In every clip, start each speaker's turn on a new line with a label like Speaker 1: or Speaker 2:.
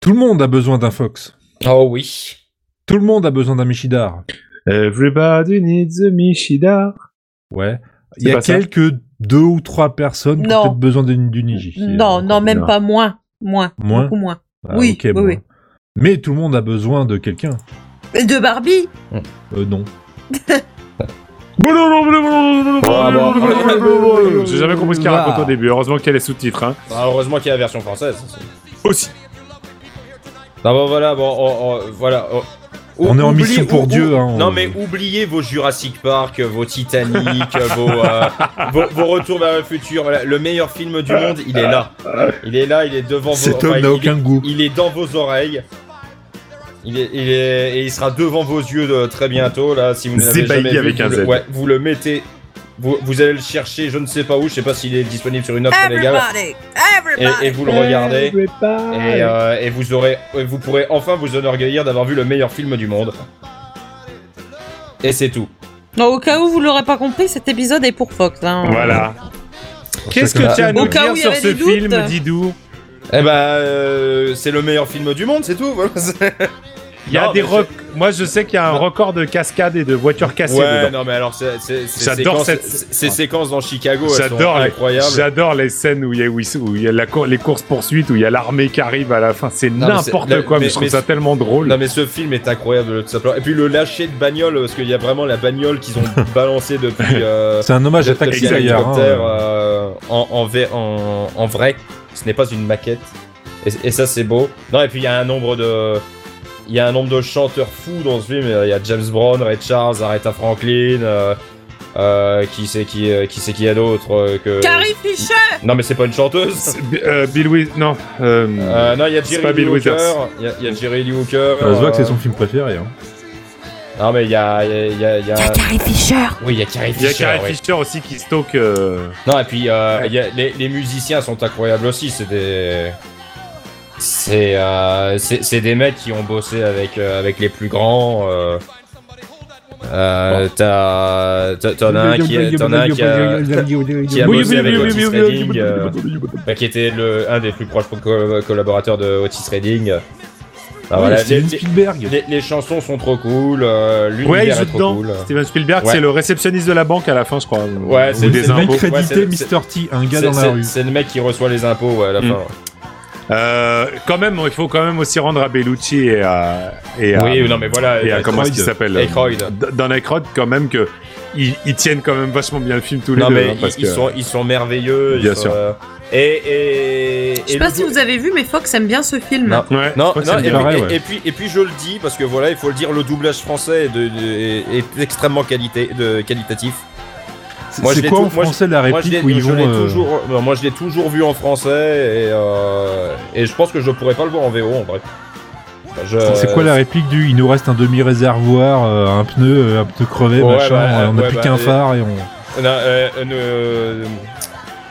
Speaker 1: Tout le monde a besoin d'un Fox.
Speaker 2: Oh oui.
Speaker 1: Tout le monde a besoin d'un Michidar.
Speaker 3: Everybody needs a Michidar.
Speaker 1: Ouais.
Speaker 3: C'est
Speaker 1: Il y a
Speaker 3: pas ça.
Speaker 1: quelques deux ou trois personnes qui ont
Speaker 4: Non.
Speaker 1: peut-être besoin d'une d'une Niji.
Speaker 2: euh,
Speaker 4: Non, non, même pas moins. Moins.
Speaker 1: Moins
Speaker 4: Beaucoup moins.
Speaker 1: Ah,
Speaker 4: Oui,
Speaker 1: ok,
Speaker 4: oui,
Speaker 1: bon.
Speaker 4: oui.
Speaker 1: Mais tout le monde a besoin de quelqu'un.
Speaker 4: Et De Barbie
Speaker 1: Euh, non.
Speaker 3: J'ai jamais compris ce qu'il
Speaker 2: Voilà.
Speaker 3: raconte au début. Heureusement qu'il y a les sous-titres. Hein.
Speaker 2: Ah, heureusement qu'il y a la version française.
Speaker 3: Aussi.
Speaker 2: Non, bon, voilà, bon, on- on- voilà. on-
Speaker 1: On est en
Speaker 2: oublie-
Speaker 1: mission pour
Speaker 2: ou-
Speaker 1: Dieu, hein, on-
Speaker 2: Non, mais oubliez vos Jurassic Park, vos Titanic, vos, euh, vos, vos Retours vers le futur. voilà. Le meilleur film du monde, il est là. Il est là, il est devant vos
Speaker 1: Cet
Speaker 2: enfin,
Speaker 1: homme n'a
Speaker 2: il-
Speaker 1: aucun goût.
Speaker 2: Il est dans vos oreilles. Il est, il est- et il sera devant vos yeux de- très bientôt là. Si vous ne l'avez
Speaker 3: Zébaïdi
Speaker 2: jamais vu,
Speaker 3: avec
Speaker 2: vous,
Speaker 3: un
Speaker 2: le,
Speaker 3: Z.
Speaker 2: ouais, vous le mettez. Vous, vous allez le chercher, je ne sais pas où, je sais pas s'il est disponible sur une offre légale.
Speaker 4: Everybody
Speaker 2: Et,
Speaker 4: Everybody
Speaker 2: et vous le regardez.
Speaker 3: Ah,
Speaker 2: Et, euh, et vous aurez, et vous pourrez enfin vous enorgueillir d'avoir vu le meilleur film du monde. Et c'est tout.
Speaker 4: Non, au cas où vous l'aurez pas compris, cet épisode est pour Fox. hein.
Speaker 3: Voilà. Qu'est-ce que tu as à
Speaker 4: Au
Speaker 3: nous
Speaker 4: cas
Speaker 3: dire
Speaker 4: où il y
Speaker 3: sur
Speaker 4: avait
Speaker 3: ce
Speaker 4: des doutes.
Speaker 3: film, Didou
Speaker 2: Eh ben, euh, c'est le meilleur film du monde, c'est tout. voilà, c'est-
Speaker 3: Il y a
Speaker 2: Non,
Speaker 3: des
Speaker 2: mais
Speaker 3: rec- Moi, je sais qu'il y a un record de cascades et de voitures cassées
Speaker 2: Ouais,
Speaker 3: dedans.
Speaker 2: non mais alors c'est- c'est- ces
Speaker 3: J'adore
Speaker 2: séquences-
Speaker 3: cette-
Speaker 2: ces- ces séquences dans Chicago, elles sont
Speaker 3: J'adore les...
Speaker 2: incroyables.
Speaker 3: J'adore les scènes où il y a, où il- où il y a la cour- les courses-poursuites, où il y a l'armée qui arrive à la fin. C'est
Speaker 2: Non, mais c'est-
Speaker 3: n'importe quoi, mais,
Speaker 2: mais-
Speaker 3: je trouve
Speaker 2: mais-
Speaker 3: ça tellement drôle.
Speaker 2: Non mais ce film est incroyable tout simplement. Et puis le lâcher de bagnole parce qu'il y a vraiment la bagnole qu'ils ont balancée depuis. Euh,
Speaker 1: C'est un hommage à
Speaker 2: depuis
Speaker 1: Taxi
Speaker 3: Exact.
Speaker 1: Driver, hein.
Speaker 2: l'hélicoptère, euh, en, en, vrai- en- en vrai, ce n'est pas une maquette. Et, et ça c'est beau. Non et puis il y a un nombre de, il y a un nombre de chanteurs fous dans ce film. Il y a James Brown, Ray Charles, Aretha Franklin. euh, euh, qui c'est qui euh, qui c'est qui y a d'autre euh, que
Speaker 4: Carrie Fisher
Speaker 2: non mais c'est pas une chanteuse
Speaker 3: C'est- euh, Bill Wi- non. euh,
Speaker 2: Euh, non il y a Jerry
Speaker 3: C'est pas
Speaker 2: Lee
Speaker 3: Bill
Speaker 2: Hooker
Speaker 3: Withers. Ah,
Speaker 2: il y a- il y, a Jerry Lee Hooker
Speaker 1: Ça se voit que c'est
Speaker 2: euh,
Speaker 1: son film préféré. hein.
Speaker 2: Non mais il y a, y a- y a- y a-
Speaker 4: Il y a Carrie Fisher
Speaker 2: Oui, il y a Carrie
Speaker 3: Il y a
Speaker 2: Fisher.
Speaker 3: Carrie
Speaker 2: oui.
Speaker 3: Fisher aussi qui stocke. euh,
Speaker 2: Non, et puis euh, y a- les, les musiciens sont incroyables aussi. C'est des. C'est euh, c'est c'est des mecs qui ont bossé avec, euh, avec les plus grands. Euh, euh, t'as- t'as- T'en as un qui, est- t'en as un qui a, qui a
Speaker 3: Oui,
Speaker 2: bossé
Speaker 3: oui,
Speaker 2: avec
Speaker 3: oui,
Speaker 2: Otis
Speaker 3: oui, oui, oui,
Speaker 2: Redding,
Speaker 3: oui,
Speaker 2: euh, bah, qui était le, un des plus proches co- collaborateurs de Otis Redding. Ah,
Speaker 1: Oui,
Speaker 2: voilà, les,
Speaker 1: Steven Spielberg.
Speaker 2: les- les chansons sont trop cool, euh,
Speaker 3: Ouais, il
Speaker 2: l'univers
Speaker 3: joue
Speaker 2: est trop
Speaker 3: dedans.
Speaker 2: cool.
Speaker 3: Steven Spielberg,
Speaker 2: Ouais.
Speaker 3: c'est le réceptionniste de la banque à la fin, je crois.
Speaker 2: Ouais,
Speaker 3: c'est
Speaker 2: c'est-
Speaker 3: des
Speaker 1: Le mec
Speaker 3: impôts.
Speaker 2: Ouais,
Speaker 1: crédité
Speaker 2: c'est-
Speaker 1: Mr. T, un gars
Speaker 2: C'est-
Speaker 1: dans la
Speaker 2: c'est-
Speaker 1: rue.
Speaker 2: C'est le mec qui reçoit les impôts ouais, à la
Speaker 3: Mm.
Speaker 2: fin.
Speaker 3: Euh, quand même, il faut quand même aussi rendre à Bellucci et à. Et à
Speaker 2: oui, non, mais voilà.
Speaker 3: et à
Speaker 2: euh,
Speaker 3: comment est-ce qu'il
Speaker 1: Aykroyd.
Speaker 3: s'appelle
Speaker 2: Aykroyd.
Speaker 3: euh, Dans Aykroyd, quand même, que ils, ils tiennent quand même vachement bien le film tous les
Speaker 2: Non,
Speaker 3: deux.
Speaker 2: mais
Speaker 3: hein,
Speaker 2: ils,
Speaker 3: parce
Speaker 2: ils
Speaker 3: que-
Speaker 2: sont, ils sont merveilleux. ils
Speaker 3: Bien
Speaker 2: sont,
Speaker 3: sûr.
Speaker 2: euh, et, et,
Speaker 4: Je sais pas si vous avez vu, mais Fox aime bien ce film.
Speaker 2: Non.
Speaker 3: Ouais,
Speaker 2: Non, non,
Speaker 3: ouais, c'est
Speaker 2: et, puis,
Speaker 3: bien.
Speaker 1: pareil,
Speaker 2: et-
Speaker 1: ouais.
Speaker 2: et puis, et puis je le dis parce que voilà, il faut le dire, le doublage français est, de- de- est extrêmement qualité, de, qualitatif.
Speaker 1: C'est
Speaker 2: moi, je
Speaker 1: c'est
Speaker 2: l'ai
Speaker 1: quoi
Speaker 2: tout-
Speaker 1: en
Speaker 2: moi, je-
Speaker 1: français la
Speaker 2: moi, je l'ai
Speaker 1: réplique où ils
Speaker 2: je
Speaker 1: vont
Speaker 2: l'ai
Speaker 1: euh,
Speaker 2: toujours, non, moi, je l'ai toujours vu en français et, euh, et je pense que je pourrais pas le voir en VO en vrai. Enfin, je-
Speaker 1: C'est quoi la réplique du Il nous reste un demi-réservoir, euh, un pneu, euh, un pneu crevé,
Speaker 2: Ouais,
Speaker 1: machin,
Speaker 2: bah,
Speaker 1: et on n'a
Speaker 2: ouais,
Speaker 1: plus
Speaker 2: bah,
Speaker 1: qu'un
Speaker 2: et-
Speaker 1: phare et on.
Speaker 2: Non, euh, une, euh,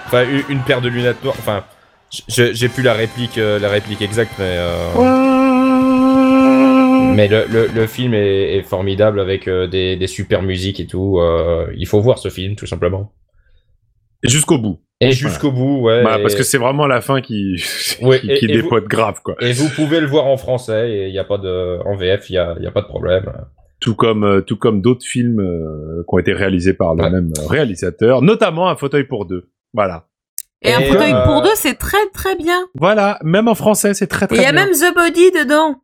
Speaker 2: enfin, une, une paire de lunettes noires. Enfin, je- j'ai plus la réplique, euh, la réplique exacte, mais. euh, Mais le, le, le film est, est formidable avec euh, des, des super musiques et tout. euh, il faut voir ce film, tout simplement.
Speaker 3: Jusqu'au bout.
Speaker 2: Et jusqu'au bout, ouais.
Speaker 3: Voilà,
Speaker 2: et-
Speaker 3: Bah, parce que c'est vraiment la fin qui,
Speaker 2: Ouais,
Speaker 3: qui,
Speaker 2: et-
Speaker 3: qui
Speaker 2: et vous-
Speaker 3: dépote grave, quoi.
Speaker 2: Et vous pouvez le voir en français, et il y a pas de. En VF, il n'y a, il y a pas de problème.
Speaker 3: tout comme euh, tout comme d'autres films euh, qui ont été réalisés par le
Speaker 2: Ouais.
Speaker 3: même euh, réalisateur, notamment un fauteuil pour deux. Voilà,
Speaker 4: Et, un
Speaker 2: Et,
Speaker 4: fauteuil
Speaker 2: euh,
Speaker 4: pour deux, c'est très très bien.
Speaker 3: voilà. Même en français, c'est très
Speaker 4: Et
Speaker 3: très
Speaker 4: il y a
Speaker 3: bien.
Speaker 4: même The Body dedans.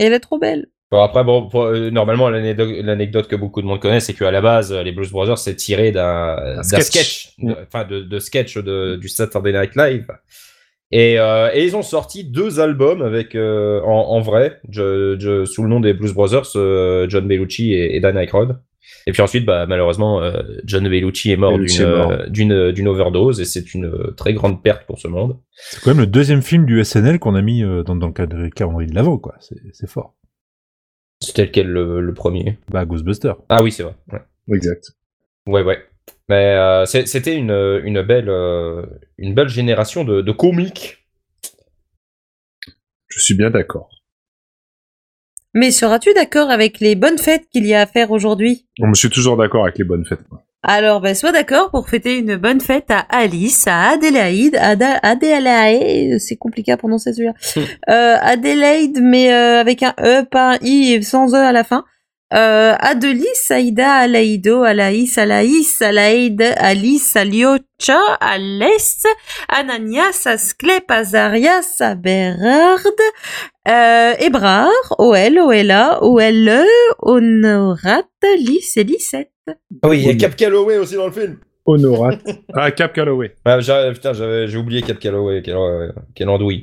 Speaker 4: Et elle est trop belle.
Speaker 2: Bon, après, bon, pour- euh, normalement, l'anecdote l'anecdote que beaucoup de monde connaît, c'est qu'à la base, euh, les Blues Brothers, c'est tiré d'un d'un
Speaker 3: sketch.
Speaker 2: sketch,
Speaker 3: Mm.
Speaker 2: de- enfin, de, de sketch de- du Saturday Night Live. Et, euh, et ils ont sorti deux albums avec, euh, en, en vrai, je- je- sous le nom des Blues Brothers, euh, John Bellucci et, et Dan Aykroyd. Et puis ensuite, bah, malheureusement, euh, John Bellucci est mort
Speaker 3: Bellucci
Speaker 2: d'une
Speaker 3: est mort.
Speaker 2: euh, d'une- d'une overdose et c'est une euh, très grande perte pour ce monde.
Speaker 1: C'est quand même le deuxième film du SNL qu'on a mis euh, dans, dans le cadre du calendrier de l'avant, quoi. C'est c'est fort.
Speaker 2: C'était lequel le, le premier
Speaker 1: Bah, Ghostbuster.
Speaker 2: Ah oui, c'est vrai. ouais.
Speaker 3: Exact.
Speaker 2: Ouais, ouais. Mais euh, c'est- c'était une, une, belle, euh, une belle génération de, de comiques.
Speaker 3: Je suis bien d'accord.
Speaker 4: Mais seras-tu d'accord avec les bonnes fêtes qu'il y a à faire aujourd'hui
Speaker 3: Bon, Je suis toujours d'accord avec les bonnes fêtes. moi.
Speaker 4: Alors, ben, sois d'accord pour fêter une bonne fête à Alice, à Adélaïde, Ada- Adélaïde, c'est compliqué à prononcer celui-là, euh, Adélaïde, mais euh, avec un E, pas un I, et sans E à la fin, euh, Adelis, Aïda, Alaïdo, Alaïs, Alaïs, Alaïde, Alice, Aliocha, Alès, Ananias, Asclep, Azarias, Aberard, euh, Ebrard, Oel, Oela, Oele, Honorat, E, Lys et Lysette.
Speaker 2: Oui, il y a
Speaker 5: Oui.
Speaker 2: Cap Calloway aussi dans le film.
Speaker 5: Honorat.
Speaker 3: Ah, Cap Calloway.
Speaker 2: Ah, j'a- putain, j'avais- j'ai oublié Cap Calloway, quelle, euh, quelle andouille.